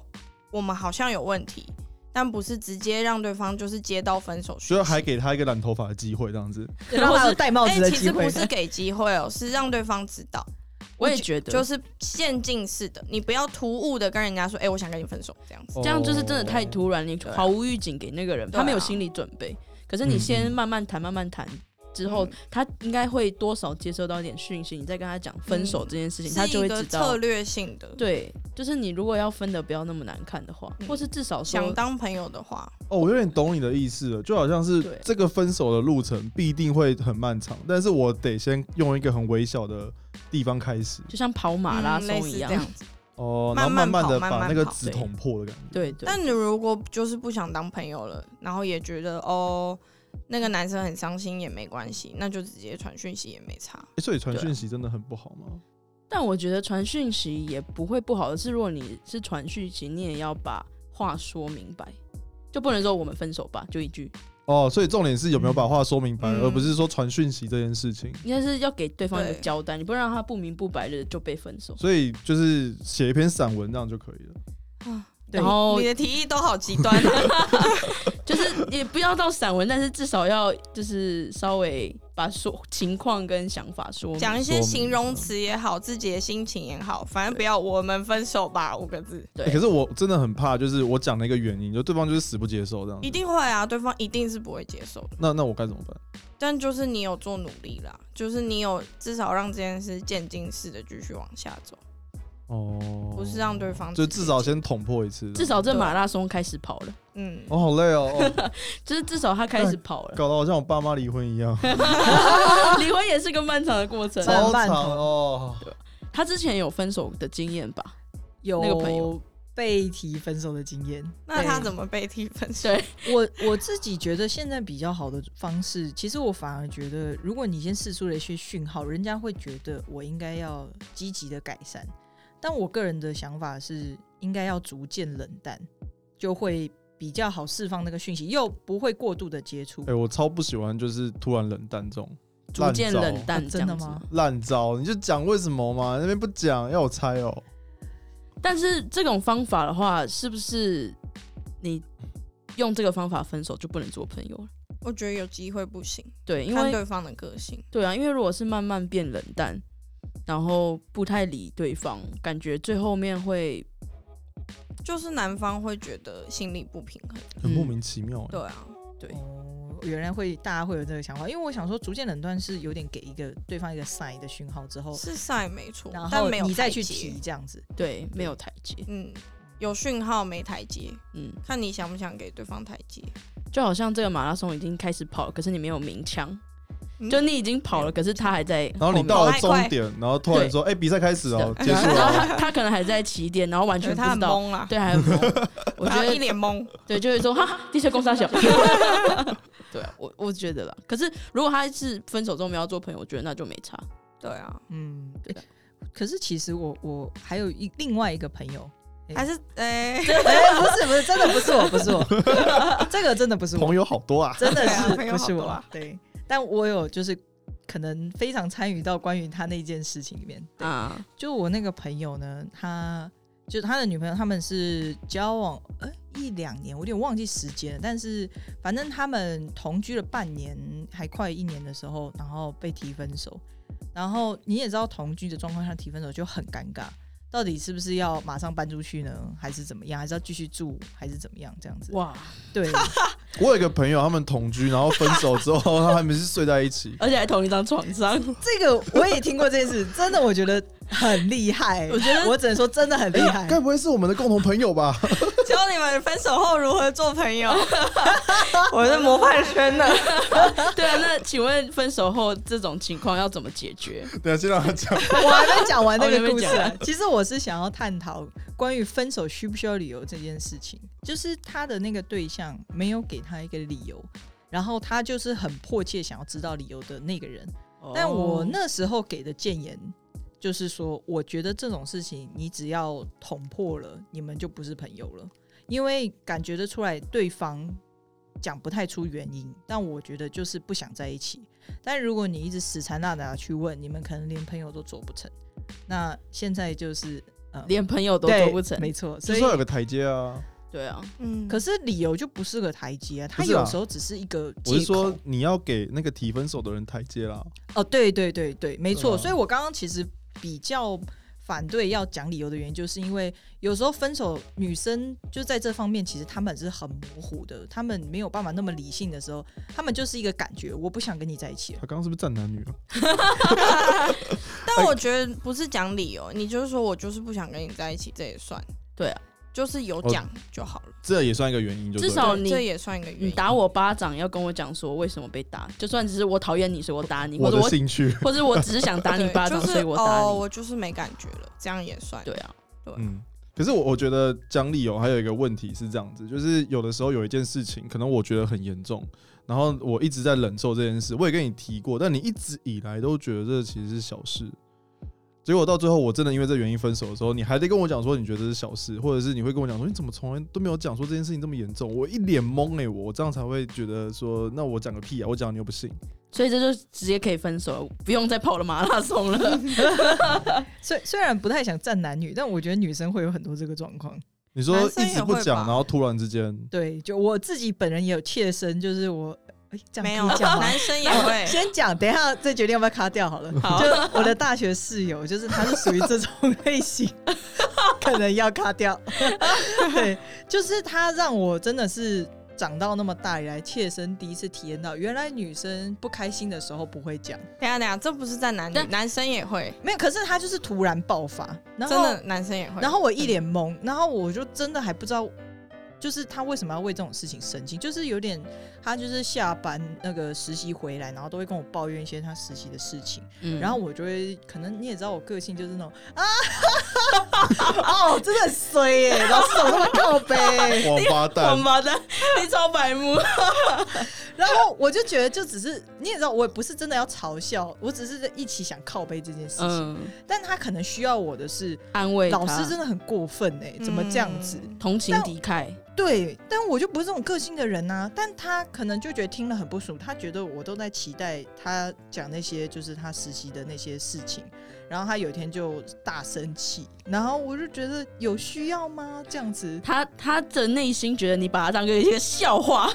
B: 我们好像有问题，但不是直接让对方就是接到分手
C: 所
B: 讯
C: 以
B: 息。
C: 还给他一个染头发的机会，这样子。
D: 然后
A: 或是
D: 戴帽
B: 哎、
D: 子的
B: 其
D: 机
B: 实
D: 会，
B: 不是给机会哦，是让对方知道，
A: 我也觉得，
B: 就
A: 就是
B: 是渐进式的，你不要突兀的跟人家说，哎、我想跟你分手这样子。
A: 这样，就是真的
C: 哦
A: 太突然，你
B: 对啊
A: 毫无预警给那个人，
B: 对啊
A: 他没有心理准备。可
C: 嗯
A: 是你先慢慢谈，慢慢谈。之后
B: 嗯，
A: 他应该会多少接收到一点讯息，你再跟他讲分手这件事情，他就
B: 嗯是
A: 会
B: 一个
A: 知
B: 策
A: 道。
B: 略性的，
A: 对，就是你如果要分的不要那么难看的话，
B: 嗯
A: 或是至少说
B: 想当朋友的话，
C: 哦，我有点懂你的意思了，就好像是
A: 对
C: 这个分手的路程必定会很漫长，但是我得先用一个很微小的地方开始，
A: 就像跑马拉
B: 嗯类
A: 松
B: 似
A: 一
B: 这
A: 样，
B: 样子。
C: 哦，然
B: 慢慢
C: 后慢慢的
B: 跑慢
C: 把
B: 慢
C: 那个
B: 跑
C: 纸
A: 对
C: 捅破的感觉。
A: [laughs] 对对。
B: 但你如果就是不想当朋友了，然后也觉得哦，那个男生很伤心也没关系，那就直接传讯息也没差。
C: 诶所以传
A: 对啊
C: 讯息真的很不好吗？
A: 但我觉得传讯息也不会不好的是，如果你是传讯息，你也要把话说明白，就不能说我们分手吧，就一句，
C: 哦，所以重点是有没有把话说明白，
B: 嗯
C: 而不是说传讯息这件事情。
A: 应该是要给对方一个
B: 对
A: 交代，你不能让他不明不白的就被分手。
C: 所以就是写一篇散文这样就可以了。
D: 对
A: 然后
B: 你的提议都好极端、啊，
A: [laughs] 就是也不要到散文，但是至少要就是稍微把说情况跟想法说明。
B: 讲一些形容词也好，自己的心情也好，反正不要“我们分手吧”五个字，
A: 对，
C: 诶欸可是我真的很怕，就是我讲了一个原因，就对方就是死不接受这样
B: 一
C: 子。
B: 定会啊，对方一定是不会接受的。
C: 那那我该怎么办？
B: 但就是你有做努力啦，就是你有至少让这件事渐进式的继续往下走，
C: 哦，
B: 不是啊让对方
C: 就
B: 直接
C: 至少先捅破一次，
A: 至少这
B: 对
A: 马拉松开始跑了，
B: 嗯，
C: 我、哦、好累哦，哦
A: 就是至少他开始跑了。
C: 搞得好像我爸妈离婚一样，
A: 离婚也是个漫长的过程。
D: 慢
C: 超
D: 慢
C: 长
D: 捅
C: 哦。
A: 他之前有分手的经验吧？那个朋友
D: 有被提分手的经验。
B: 那
D: 对
B: 他怎么被提分手？ [laughs]
A: 对，
D: 我我自己觉得现在比较好的方式，其实我反而觉得，如果你先试出了一些讯号，人家会觉得我应该要积极的改善。但我个人的想法是，应该要逐渐冷淡，就会比较好释放那个讯息，又不会过度的接触
C: 哎、。我超不喜欢就是突然冷淡这种
A: [laughs] 逐渐冷淡
D: 啊
A: 这
D: 真
B: 哦
D: 的
A: 样子。
D: 吗
C: 烂招，你就讲为什么嘛，那边不讲要我猜哦。
A: 但是这种方法的话，是不是你用这个方法分手就不能做朋友了？
B: 我觉得有机会不行，
A: 对，因
B: 看
A: 为
B: 对方的个性。
A: 对啊，因为如果是慢慢变冷淡，然后不太理对方，感觉最后面会
B: 就是男方会觉得心理不平衡。
C: 很
A: 嗯
C: 莫名其妙、欸
B: 对啊，
A: 对
D: 哦，原来会大家会有这个想法，因为我想说，逐渐冷淡是有点给一个对方一个 sign 的讯号之
A: 哦
D: 后，
B: 是晒没错
D: 然，
B: 但
D: 后
B: 没有
D: 你再
B: 台
D: 去
B: 阶
D: 提。这样子。
A: 对没有台阶。
B: 嗯，有讯号没台阶，
A: 嗯，
B: 看你想不想给对方台阶。
A: 就好像这个马拉松已经开始跑了，可是你没有鸣枪，
B: 嗯
A: 就你已经跑了，可是他还在后面。
C: 然后你到了
B: 太
C: 终
B: 快
C: 点，然后突然
A: 对
C: 说：“哎、比赛开始哦，结
A: 然
C: 束
A: 后
C: 了哦。
A: [laughs] 他他可能还在起点，然后完
B: 我觉
A: 全不
B: 得他
A: 知
B: 很
A: 道，
B: 懵啦，
A: 对，还很懵。我觉
B: 然后一
A: 得
B: 脸懵。
A: 对，就会说哈哈，地球公司小。 [laughs] 对啊，我我觉得啦。可是如果他是分手之后没有要做朋友，我觉得那就没差。
B: 对啊，
D: 嗯，
A: 对的
D: 可是其实我我还有一另外一个朋
B: [laughs]
D: 友，
A: 嗯
D: 对
B: 还是哎，
D: 哎，不是不是，真的不是我，不
B: [laughs]
D: 是我，这个真的 [laughs] 不是我，
C: 朋友好多啊，
D: 真的
B: 对啊
D: 是
B: 朋友
D: 不
B: 好
D: 是
B: 多
D: 我
B: 啊，
D: 对，但我有就是可能非常参与到关于他那件事情里面。对，
A: 啊，
D: 就我那个朋友呢，他就他的女朋友，他们是交往，呃，一两年，我有点忘记时间了，但是反正他们同居了半年，还快一年的时候，然后被提分手。然后你也知道，同居的状况下提分手就很尴尬，到底是不是要马上搬出去呢，还是怎么样？还是要继续住，还是怎么样？这样子，
A: 哇，
D: 对，
C: 我有一个朋友，他们同居，然后分手之后，他们是睡在一
A: [laughs]
C: 起。
A: 而且还同一张床上，
D: 这个我也听过这件事，真的我觉得很厉害，
A: 我觉得
D: 我只能说真的很厉害。
C: 哎该不会是我们的共同朋友 [laughs] 吧？
B: [laughs] 教你们分手后如何做朋友。 [laughs] 我是模范生呢，
A: 对啊。那请问分手后这种情况要怎么解决？
C: 等一下啊先让他讲。
D: 我还没讲完那
A: 哦你
D: 个
A: 还没
D: 故事
A: 讲
D: 啊
A: 完。
D: 其实我是想要探讨关于分手需不需要理由这件事情，就是他的那个对象没有给他一个理由，然后他就是很迫切想要知道理由的那个人。
A: 哦
D: 但我那时候给的谏言就是说，我觉得这种事情你只要捅破了，你们就不是朋友了，因为感觉得出来对方讲不太出原因，但我觉得就是不想在一起。但如果你一直死缠烂打地去问，你们可能连朋友都做不成。那现在就是呃，
A: 连朋友都
D: 对
A: 做不成，
D: 没错。
C: 就
D: 所
C: 是要有
D: 以
C: 个台阶啊！
A: 对啊，
B: 嗯，
D: 可是理由就不是个台阶啊，他
C: 不是啊
D: 有时候只是一个
C: 我是
D: 借口
C: 说，。你要给那个提分手的人台阶啦。
D: 哦，对对对对，没错。
C: 对啊
D: 所以我刚刚其实比较反对要讲理由的原因，就是因为有时候分手，女生就在这方面其实她们是很模糊的，她们没有办法那么理性的时候，她们就是一个感觉，我不想跟你在一起了
C: 他。刚刚是不是站男女啊？
B: 但我觉得不是讲理由，你就是说我就是不想跟你在一起，这也算
A: 对啊，
B: 就是有讲就好了，
C: 这也算一个原因，就对
A: 至
C: 了
A: 少
B: 对
A: 哦你
B: 这也算一个原
A: 你
B: 因。
A: 打我巴掌要跟我讲说为什么被打，就算只是我讨厌你，所以我打你，或
C: 我
A: 者
C: 的
A: 我
C: 兴 [laughs] 趣。
A: 或者我只是想打你
B: 对
A: 巴掌，
B: 就是
A: 所以我打
B: 哦，
A: 你。
B: 我就是没感觉了，这样也算。
A: 对啊，
C: 嗯，可是我我觉得讲理哦由还有一个问题是这样子，就是有的时候有一件事情，可能我觉得很严重，然后我一直在忍受这件事，我也跟你提过，但你一直以来都觉得这其实是小事。结果到最后，我真的因为这原因分手的时候，你还得跟我讲说你觉得这是小事，或者是你会跟我讲说你怎么从来都没有讲说这件事情这么严重，我一脸懵哎、我我这样才会觉得说那我讲个屁啊，我讲你又不信，
A: 所以这就直接可以分手，不用再跑了马拉松了。
D: 虽虽然不太想站男女，但我觉得女生会有很多这个状况。
C: 你说
B: 男生
C: 一
B: 也
C: 直不
B: 会
C: 讲，
B: 吧
C: 然后突然之间，
D: 对，就我自己本人也有切身，就是我哎，这样
B: 没
D: 可
B: 有
D: 以讲吗？。
B: 男生也会
D: 先讲，等一下再决定要不要卡掉好了。
A: 好
D: 就我的大学室友，就是他是属于这种
B: [laughs]
D: 类型，可能要卡掉。对，就是他让我真的是长到那么大以来，切身第一次体验到，原来女生不开心的时候不会讲，
B: 等一下等一下，这不是在男女，
A: 但
B: 男生也会，
D: 没有，可是他就是突然爆发，然
B: 真
D: 后
B: 的男生也会。
D: 然后我一脸懵，然后我就真的还不知道，就是他为什么要为这种事情生气，就是有点他就是下班那个实习回来，然后都会跟我抱怨一些他实习的事情，
A: 嗯
D: 然后我就会可能你也知道我个性就是
A: [laughs]
D: 那种啊，哦，真的很衰耶、然后手那么
A: [laughs]
D: 靠背，
C: 王 [laughs] 八蛋
A: 我，妈的，你超白目。
D: 然后我就觉得就只是你也知道我也不是真的要嘲笑，我只是在一起想靠背这件事情，
A: 嗯，
D: 但他可能需要我的是
A: 安慰他
D: 老师真的很过分哎、怎么这样子？
B: 嗯
A: 同情敌忾，？
D: 对，但我就不是这种个性的人呐、但他可能就觉得听了很不舒服，他觉得我都在期待他讲那些就是他实习的那些事情，然后他有一天就大生气，然后我就觉得有需要吗？这样子
A: [laughs] 他他的内心觉得你把他当个一个笑话。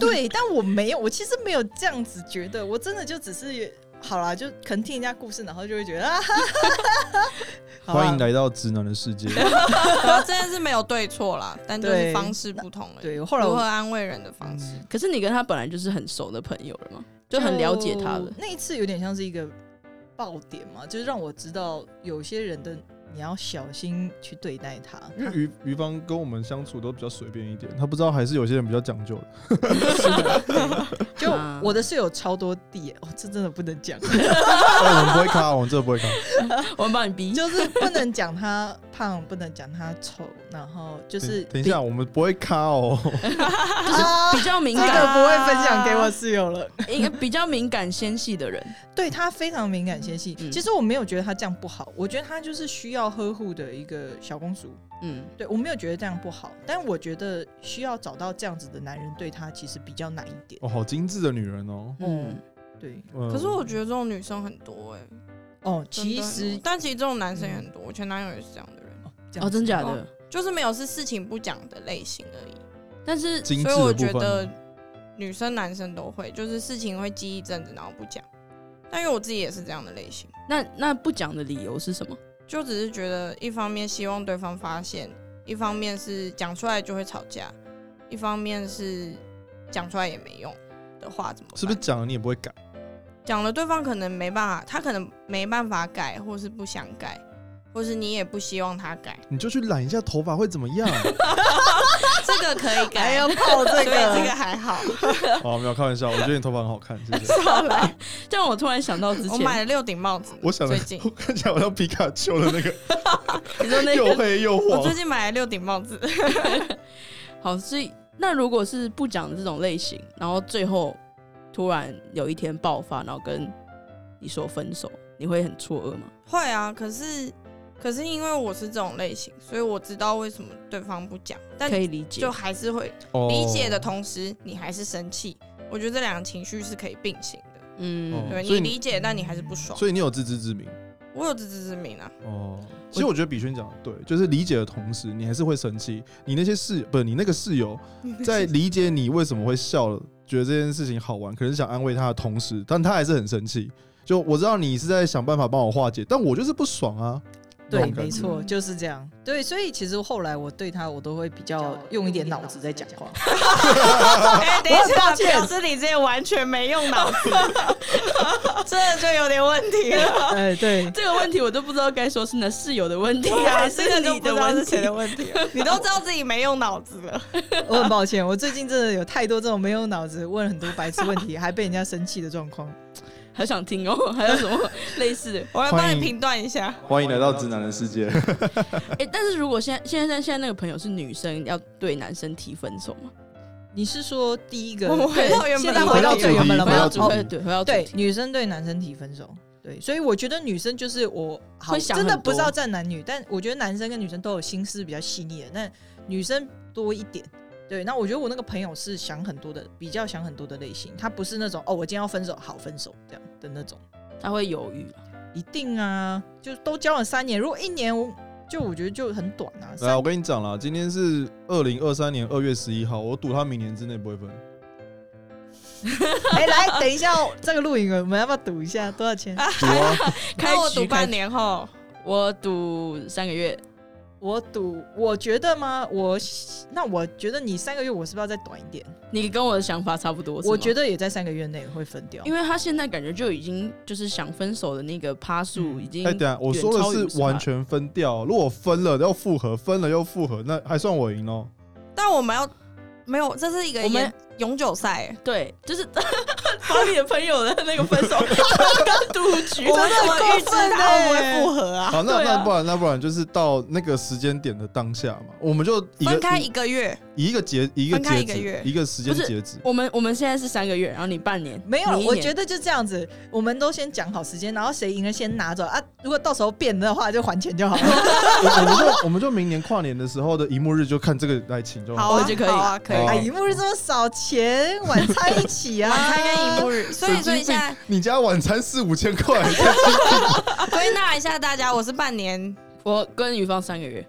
D: 对，但我没有，我其实没有这样子觉得，我真的就只是好啦，就可能听人家故事，然后就会觉得啊，哈哈哈哈
C: 欢迎。
D: 好啦
C: 来到直男的
B: [laughs]
C: 世界。
B: 对啊这件事没有对错
D: [laughs]
B: 啦，但就是
D: 对
B: 方式不同而已。
D: 对，后来
B: 如何
D: 我。
B: 安慰人的方式。
D: 嗯
A: [laughs] 可是你跟他本来就是很熟的朋友了嘛，就很了解他了
D: 就。哦那一次有点像是一个爆点嘛，就是让我知道有些人的你要小心去对待他。
C: 因为于于芳跟我们相处都比较随便一点，他不知道还是有些人比较讲究的。
D: 就
A: 啊
D: 我的室友超多地，哦，这真的不能
A: [laughs]
D: 讲，
C: 哎我们不
B: [laughs]
C: 会卡，我们这不会卡。
A: 我们帮你 [laughs] 逼，
D: 就是不能讲他胖，不能讲他丑，然后就是
C: 等一下，我们不会卡哦。 [laughs]
D: 啊
A: 比较敏
D: 这个
A: 感，啊
D: 不会分享给我室友了。 [laughs]
A: 应该比较敏感纤细的人。
D: 对他非常敏感纤细，
A: 嗯
D: 其实我没有觉得他这样不好，我觉得他就是需要呵护的一个小公主。
A: 嗯，
D: 对我没有觉得这样不好，但我觉得需要找到这样子的男人，对他其实比较难一点。
C: 哦，好精致的女人哦。
A: 嗯，
D: 对，
C: 嗯
B: 可是我觉得这种女生很多哎、欸，
D: 哦，
B: 真的
D: 其
B: 很
D: 实嗯
B: 多但其实这种男生也很多。我前男友也是这样的人，
D: 这样
A: 哦，真假
D: 子
A: 的？
B: 就是没有是事情不讲的类型而已。
A: 但是
C: 精致
B: 所以我
C: 的
B: 觉
C: 部
B: 得
C: 分吗。
B: 女生男生都会，就是事情会记一阵子，然后不讲。但因为我自己也是这样的类型，
A: 那那不讲的理由是什么？
B: 就只是觉得一方面希望对方发现，一方面是讲出来就会吵架，一方面是讲出来也没用的话怎么办？
C: 是不是讲了你也不会改？
B: 讲了对方可能没办法，他可能没办法改，或是不想改，或是你也不希望他改，
C: 你就去染一下头发会怎么
B: [laughs]
C: 样？
B: 这个可以
D: 还
A: 哎
B: 改，
D: 要泡这
B: 所以这个
D: 个，
B: 还好。
C: 哦，没有开玩笑，我觉得你头发很好看，
B: [laughs]
C: 谢谢。
A: 少来， [laughs] 这让我突然想到之
B: 我买
A: 前，
B: 了六顶帽子，
C: 我想的
B: 最近，
C: [laughs] 我看起来好像皮卡丘的
B: [laughs]
C: 那个
A: 你说那
C: 又
A: 个
C: 黑又
B: 我
C: 黄
B: 最，近买了六顶帽子，
A: [laughs] 好，所以那如果是不讲的这种类型，然后最后突然有一天爆发，然后跟你说分手，你会很错愕吗？
B: 会啊，可是可是因为我是这种类型，所以我知道为什么对方不讲，但
A: 可以理解
B: 就，还是会
C: 哦
B: 理解的同时，你还是生气。我觉得这两个情绪是可以并行的，
A: 嗯，
B: 对
C: 所
B: 你
C: 以你
B: 理解，但你还是不爽。
C: 哦所以你有自知之明
B: 我有自知之明啊，
C: 哦。其实我觉得比轩讲的对，就是理解的同时，你还是会生气。你那些室不是你那个室
D: [laughs]
C: 友，在理解你为什么会笑，觉得这件事情好玩，可能是想安慰他的同时，但他还是很生气。就我知道你是在想办法帮我化解，但我就是不爽啊。那
D: 对，
C: 种感觉
D: 没错，就是这样。对，所以其实后来我对他，我都会比较用一点脑子在讲话。
B: 哎、等一
D: 我
B: 下，
D: 很抱歉
B: 表示你这完全没用脑子，这就有点问题
D: [laughs]
B: 了。
D: 哎，对，
A: 这个问题我都不知道该说是你的室友的问题 [laughs] 还啊是
B: 这个就
A: 你
B: 不知道
A: 问
B: 是
A: 题
B: 谁。的问题了，你都知道自己没用脑子了。
D: 我很抱歉，我最近真的有太多这种没有脑子问很多白痴问题，还被人家生气的状况。
A: 好想听哦，还有什么 [laughs] 类似的？
B: 我来帮
C: 欢迎
B: 你评断一下，
C: 欢迎来到直男的世 [laughs] 界。
A: 哎、但是如果现在现在现在那个朋友是女生，要对男生提分手吗？
D: 你是说第一个？
B: 我们回到
D: 对
B: 原本
D: 现
B: 的
D: 在
B: 回
D: 回
B: 到
D: 到
B: 主
D: 最
C: 题
D: 原本的
C: 回
D: 话
C: 到
D: 哦
C: 主题
A: 对对，回到主
D: 对，
A: 题
D: 女生对男生提分手，对，所以我觉得女生就是我好
A: 会想
D: 真的
A: 很多
D: 不知道站男女，但我觉得男生跟女生都有心思比较细腻的，那女生多一点。对，那我觉得我那个朋友是想很多的，比较想很多的类型，他不是那种哦，我今天要分手，好分手这样的那种。
A: 他会犹豫。
D: 一定啊，就都交往三年，如果一年，我就我觉得就很短啊。
C: 来，
A: [laughs]
D: 三
C: 我跟你讲啦，今天是二零二三年二月十一号，我赌他明年之内不会分。
D: 哎、来，等一下哦，这个录影我们要不要赌一下多少钱？
C: 赌啊！
A: 开
B: 那我
A: 局
B: 读
A: 开
B: 半
A: 局
B: 年后，
A: 我赌三个月，
D: 我赌，我觉得吗？我那我觉得你三个月，我是不是要再短一点？
A: 你跟我的想法差不多。
D: 我觉
A: 得，
D: 得也在三个月内会分掉，
A: 因
D: 为
A: 为他现在感觉就已经就是想分手的那个趴数
D: 嗯
A: 已经
C: 哎，等一下我说的是完全分掉，如果分了要复合，分了又复合，那还算我赢哦。
B: 但我们要没有，这是一个
A: 我们
B: 延永久赛。
A: 对，就是 [laughs] 把你的朋友的那个分
D: [laughs]
A: 手赌局。
B: 我们怎
D: 过
B: 么预知
D: 分
B: 他
D: 欸
B: 会不会复合啊？
C: [laughs] 好，那
A: 对啊
C: 那不然那不然就是到那个时间点的当下嘛，我们就以
B: 分开
C: 个
B: 一个嗯月，
C: 以一个截一个
B: 分开
C: 截
B: 一个
C: 止
B: 月
C: 一个时间
A: 不是
C: 截
A: [laughs]
C: 止。
A: 我们我们现在是三个月，然后你半年，
D: 没有，
A: 你一
D: 我
A: 年
D: 觉得就这样子，我们都先讲好时间，然后谁赢了先拿走啊。如果到时候变的话，就还钱就好了。
C: 我我们就我们就明年跨年的时候的一幕日就看这个来请就
B: 好
C: 好。
A: 我
B: 啊，
A: 觉得可以
B: 好啊，可以。
C: 好啊
D: [laughs] 哎，一幕日这么少钱，晚餐一起啊，
B: 晚餐跟一幕日，所以
C: 神经
B: 所以现在啊
C: 你家晚餐四五千块，
B: 归纳一下大家，我是半年， [laughs]
A: 我跟于芳三个月，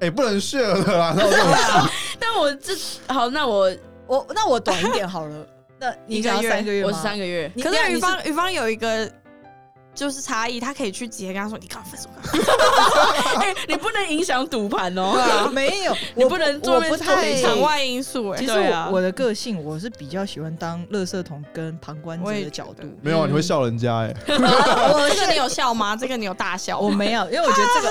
C: 哎，不能 share 了啦，
B: 嗯
C: 那
B: 啊
C: 我这种
A: 但我这好，那我
D: 我那我短一点好了，那你想要三个月吗？
A: 我是三个月，
D: 你
B: 可啊是
D: 你
B: 于芳于芳有一个就是差异，他可以去直接跟他说，你干嘛分手 [laughs] 啊？
A: 哎、你不能影响赌盘哦。
D: 没有，
A: [laughs] 你
D: 我
A: 不能
D: 啊我
A: 做面
D: 不
A: 做
D: 太
A: 面
B: 场外因素哎
D: 其，实
A: 对
D: 我、
A: 啊
D: 我的个性，我是比较喜欢当垃圾桶跟旁观者
B: 我也
D: 的
B: 觉
D: 角度
B: 得。
C: 没有啊，你会笑人家哎。 [laughs]
B: 我这个你有笑吗？这个你有大笑吗？
D: 我没有，因为我觉得这 [laughs] 个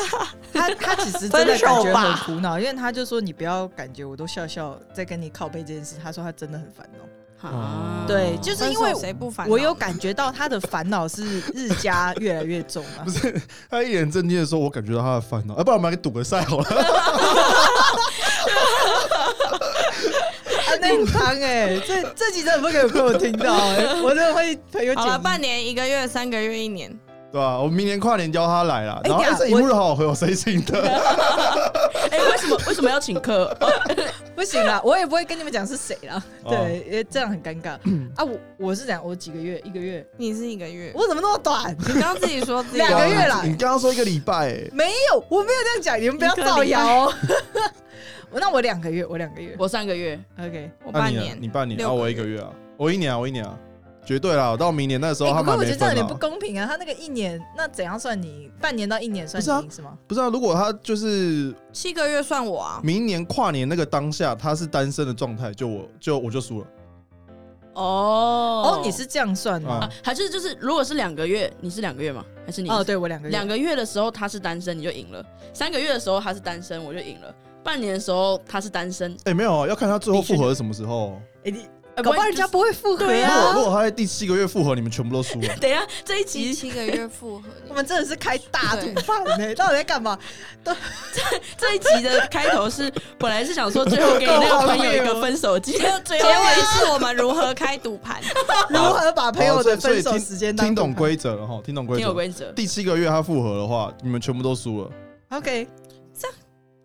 D: 他他其实真的感
B: 分
D: 觉
B: 手吧
D: 很苦恼，因为他就说你不要感觉我都笑笑在跟你靠背这件事，他说他真的很烦恼。
A: 啊
D: 对就是
B: 分手
D: 因为
B: 谁不烦恼呢？
D: 我有感觉到他的烦恼是日加越来越重啊。
C: 他一脸震惊的说：“我感觉到他的烦恼，要、不然我们来赌个赛好了。 [laughs]
D: 啊，那很汤哎，这这集真的不给朋友听到哎、 [laughs] 我真的会朋友
B: 好了，
D: 讲
B: 半年、一个月、三个月、一年，”
C: 对吧、我们明年跨年邀他来啦。
D: 哎
C: 然后、
D: 等一
C: 哎
D: 下
C: 这一幕日好好喝，有谁请的？
A: 哎、为什么为什么要请客？ [laughs]
D: 不行啦，我也不会跟你们讲是谁啦。
C: 哦
D: 对，因为这样很尴 [clears throat] 尬啊。我我是讲我几个月，一个月，
B: 你是一个月，
D: 我怎么那么短？
B: 你刚刚自己说自己
D: 两个
C: [laughs] 啊
D: 月啦
C: 你刚刚说一个礼拜、哎
D: 没有，我没有这样讲，你们不要造谣哦。 [laughs] 那我两个月，我两个月
A: 我上个月
D: ，OK。
B: 我
C: 那
B: 半
C: 你呢
B: 年，
C: 你半年，
B: 六
C: 啊，
B: 个
C: 我一个月啊，我一年啊，我一年啊，绝对啦，到明年那时候
D: 哎
C: 他
D: 不过
C: 们还
D: 我
C: 没
D: 觉得这
C: 分
D: 样有点
C: 啊
D: 不。公平啊！他那个一年，那怎样算你半年到一年算
C: 不是啊
D: 你是吗？
C: 不是啊，如果他就是
B: 七个月算我啊，
C: 明年跨年那个当下他是单身的状态，就我就我就输了
A: 哦
D: 哦，你是这样算吗？
C: 啊
A: 啊，还是就是如果是两个月，你是两个月吗？还是你
D: 哦，对我两个月，
A: 两个月的时候他是单身你就赢了，三个月的时候他是单身我就赢了，半年的时候他是单身，
C: 哎、没有啊，要看他最后复合是什么时候。
A: 哎你
D: 搞不好人家不会复合
A: 对
C: 如果
D: 啊
A: 啊。。
C: 如果他在第七个月复合，你们全部都输了
A: 等一下这一集
B: 七个月复合， [laughs]
D: 我们真的是开大赌饭呢，到底在干嘛？
A: 这一集的开头是本来是想说最后给你那个朋友一个分手
D: [laughs]
A: 机，
B: 结尾是我们如何开赌盘，
D: 如何把 [laughs] 朋友
C: 好所
D: 的
C: 以所以
D: 分手
C: 听
D: 时间当
C: 听懂
D: 赌盘
C: 规则了哈，听懂规
A: 挺有
C: 则。
A: 规则。
C: 第七个月他复合的话，你们全部都输了。
D: ？OK，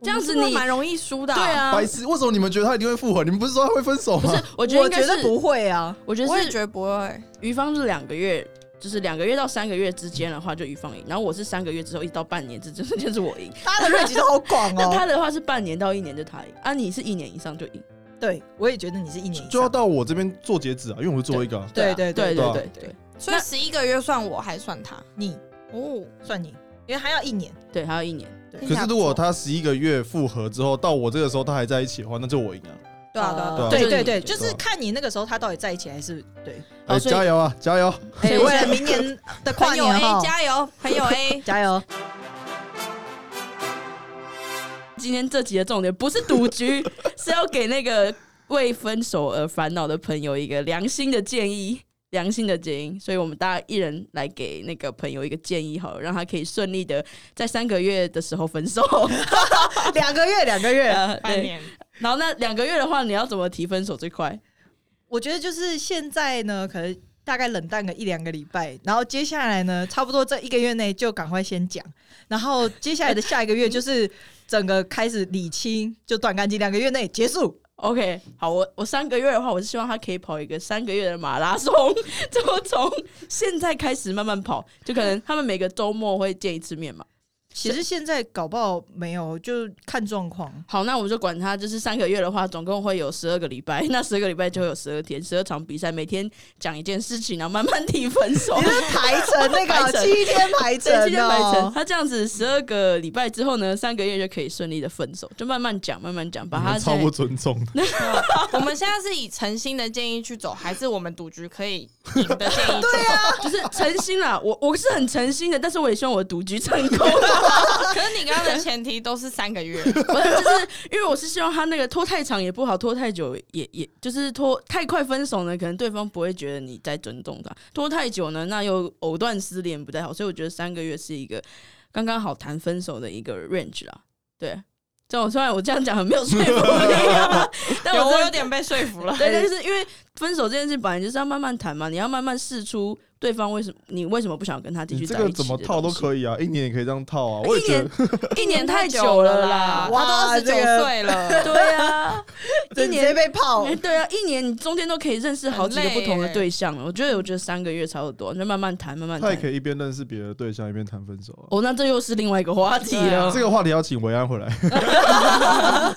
A: 这样子
B: 我们
A: 你
B: 蛮容易输的啊，
A: 对啊
C: 白，痴，为什么你们觉得他一定会复合？你们不是说他会分手
A: 不
C: 吗
A: 是？，我觉得
D: 我
A: 应该
D: 觉得
A: 是，
D: 不会啊。
A: 我觉
B: 我
A: 得
B: 也
A: 是
B: 觉得不会，
A: 于方是两个月。就是两个月到三个月之间的话，就于方赢。然后我是三个月之后一直到半年，这这这就是我赢。
D: 他的 range 都好广
A: [laughs] 那他
D: 哦。
A: 的话是半年到一年就他赢，啊，你是一年以上就赢。
D: 对，我也觉得你是一年以
C: 就要
D: 上。
C: 到我这边做截止啊，因为我是最后一个、啊。
D: 对
A: 啊
D: 对
A: 对
D: 对
A: 对
C: 对
D: 对
A: 对
B: 所以十一个月算我还算他
D: 你
B: 哦，
D: 算你，因为他要一年。
A: 对，还有一年。
C: 可是如果他十一个月复合之后，到我这个时候他还在一起的话，那就我赢了。
B: 对啊对啊
A: 呃
B: 对啊，
C: 啊
D: 对对
A: 你对
D: 对，就是看你那个时候他到底在一起还是对。
A: 哦
C: 哎，
A: 所以
C: 加油啊，加油！
A: 所以
D: 哎，
A: 我
D: 为了
A: 现在
D: 明年的
C: 呃
D: 跨
B: 朋友
D: 年
B: A
D: 哈，
B: 加油，朋友哎 A
D: 加油！
A: 今天这集的重点不是赌
C: [laughs]
A: 局，是要给那个为分手而烦恼的朋友一个良心的建议，良心的建议。所以我们大家一人来给那个朋友一个建议，好了，让他可以顺利的在三个月的时候分手。
D: [laughs] 两个月，两个月。
A: 呃
B: [laughs] 半
A: [laughs] 对，
B: 年，
A: 然后那两个月的话，你要怎么提分手最快？
D: 我觉得就是现在呢，可能大概冷淡个一两个礼拜，然后接下来呢，差不多这一个月内就赶快先讲，然后接下来的下一个月就是整个开始理清，就断干净，两个月内结束。
A: OK，好，我我三个月的话，我是希望他可以跑一个三个月的马拉松， [laughs] 就从现在开始慢慢跑，就可能他们每个周末会见一次面嘛。
D: 其实现在搞不好没有，就看状况。
A: 好，那我们就管他，就是三个月的话，总共会有十二个礼拜，那十二个礼拜就会有十二天，十二场比赛，每天讲一件事情，然后慢慢提分手
C: [laughs]
D: 你。是排程那
A: 哦排
D: 个啊
A: 程
D: 七天排程
A: 对，
D: 哦，
A: 今天白晨，他这样子十二个礼拜之后呢，三个月就可以顺利的分手，就慢慢讲，慢慢讲，把
C: 你
A: 他
C: 们 [laughs] 超
A: 现在
C: 不尊重的。
B: [laughs] 我们现在是以诚心的建议去走，还是我们赌局可以赢的建 [laughs] 议？
D: 对
A: [laughs]
D: 啊，
A: 就是诚心啦。我我是很诚心的，但是我也希望我的赌局成功，
B: 可是你刚刚的前提都是三个 [laughs] 月，
A: 不是就是因为我是希望他那个拖太长也不好，拖太久也也就是拖太快分手呢，可能对方不会觉得你在尊重他；拖太久呢，那又藕断丝连不太好。所以我觉得三个月是一个刚刚好谈分手的一个 range 啦。对，这我虽然我这样讲很没有说服力、啊，但
B: 有
A: 我
B: 我
A: 真的
B: 有点被说服了。
A: 对，但是因为分手这件事本来就是要慢慢谈嘛，你要慢慢试出对方为什么你为什么不想跟他继
C: 你
A: 续
C: 这
A: 在一起
C: 个怎么套都
A: 以，
C: 可以啊，一年也可以这样套啊。我
A: 哎
C: 也
A: 一
C: 觉
A: 年
C: 得，
A: 一年
B: [laughs]
A: 太久了
B: 啦
A: 啦，
D: 哇
B: 他都二十
C: 啊
B: 九
D: 这个
B: 岁 [laughs] 了，
A: 对
C: [laughs]
A: 啊。
D: 这
A: 一
D: 直
A: 年
D: 接被泡
A: 哎，对啊，一年你中间都可以认识好几个
B: 哦很累
A: 不同的
B: 欸
A: 对象了。我觉得，我觉得三个月差不多，那慢慢谈，慢慢
C: 他也
A: 谈。哦
C: 可以一边认识别的对象，一边谈分手啊。
A: 哦，那这又是另外一个话题
B: 对啊
A: 了。
C: 这个话题要请维安回来。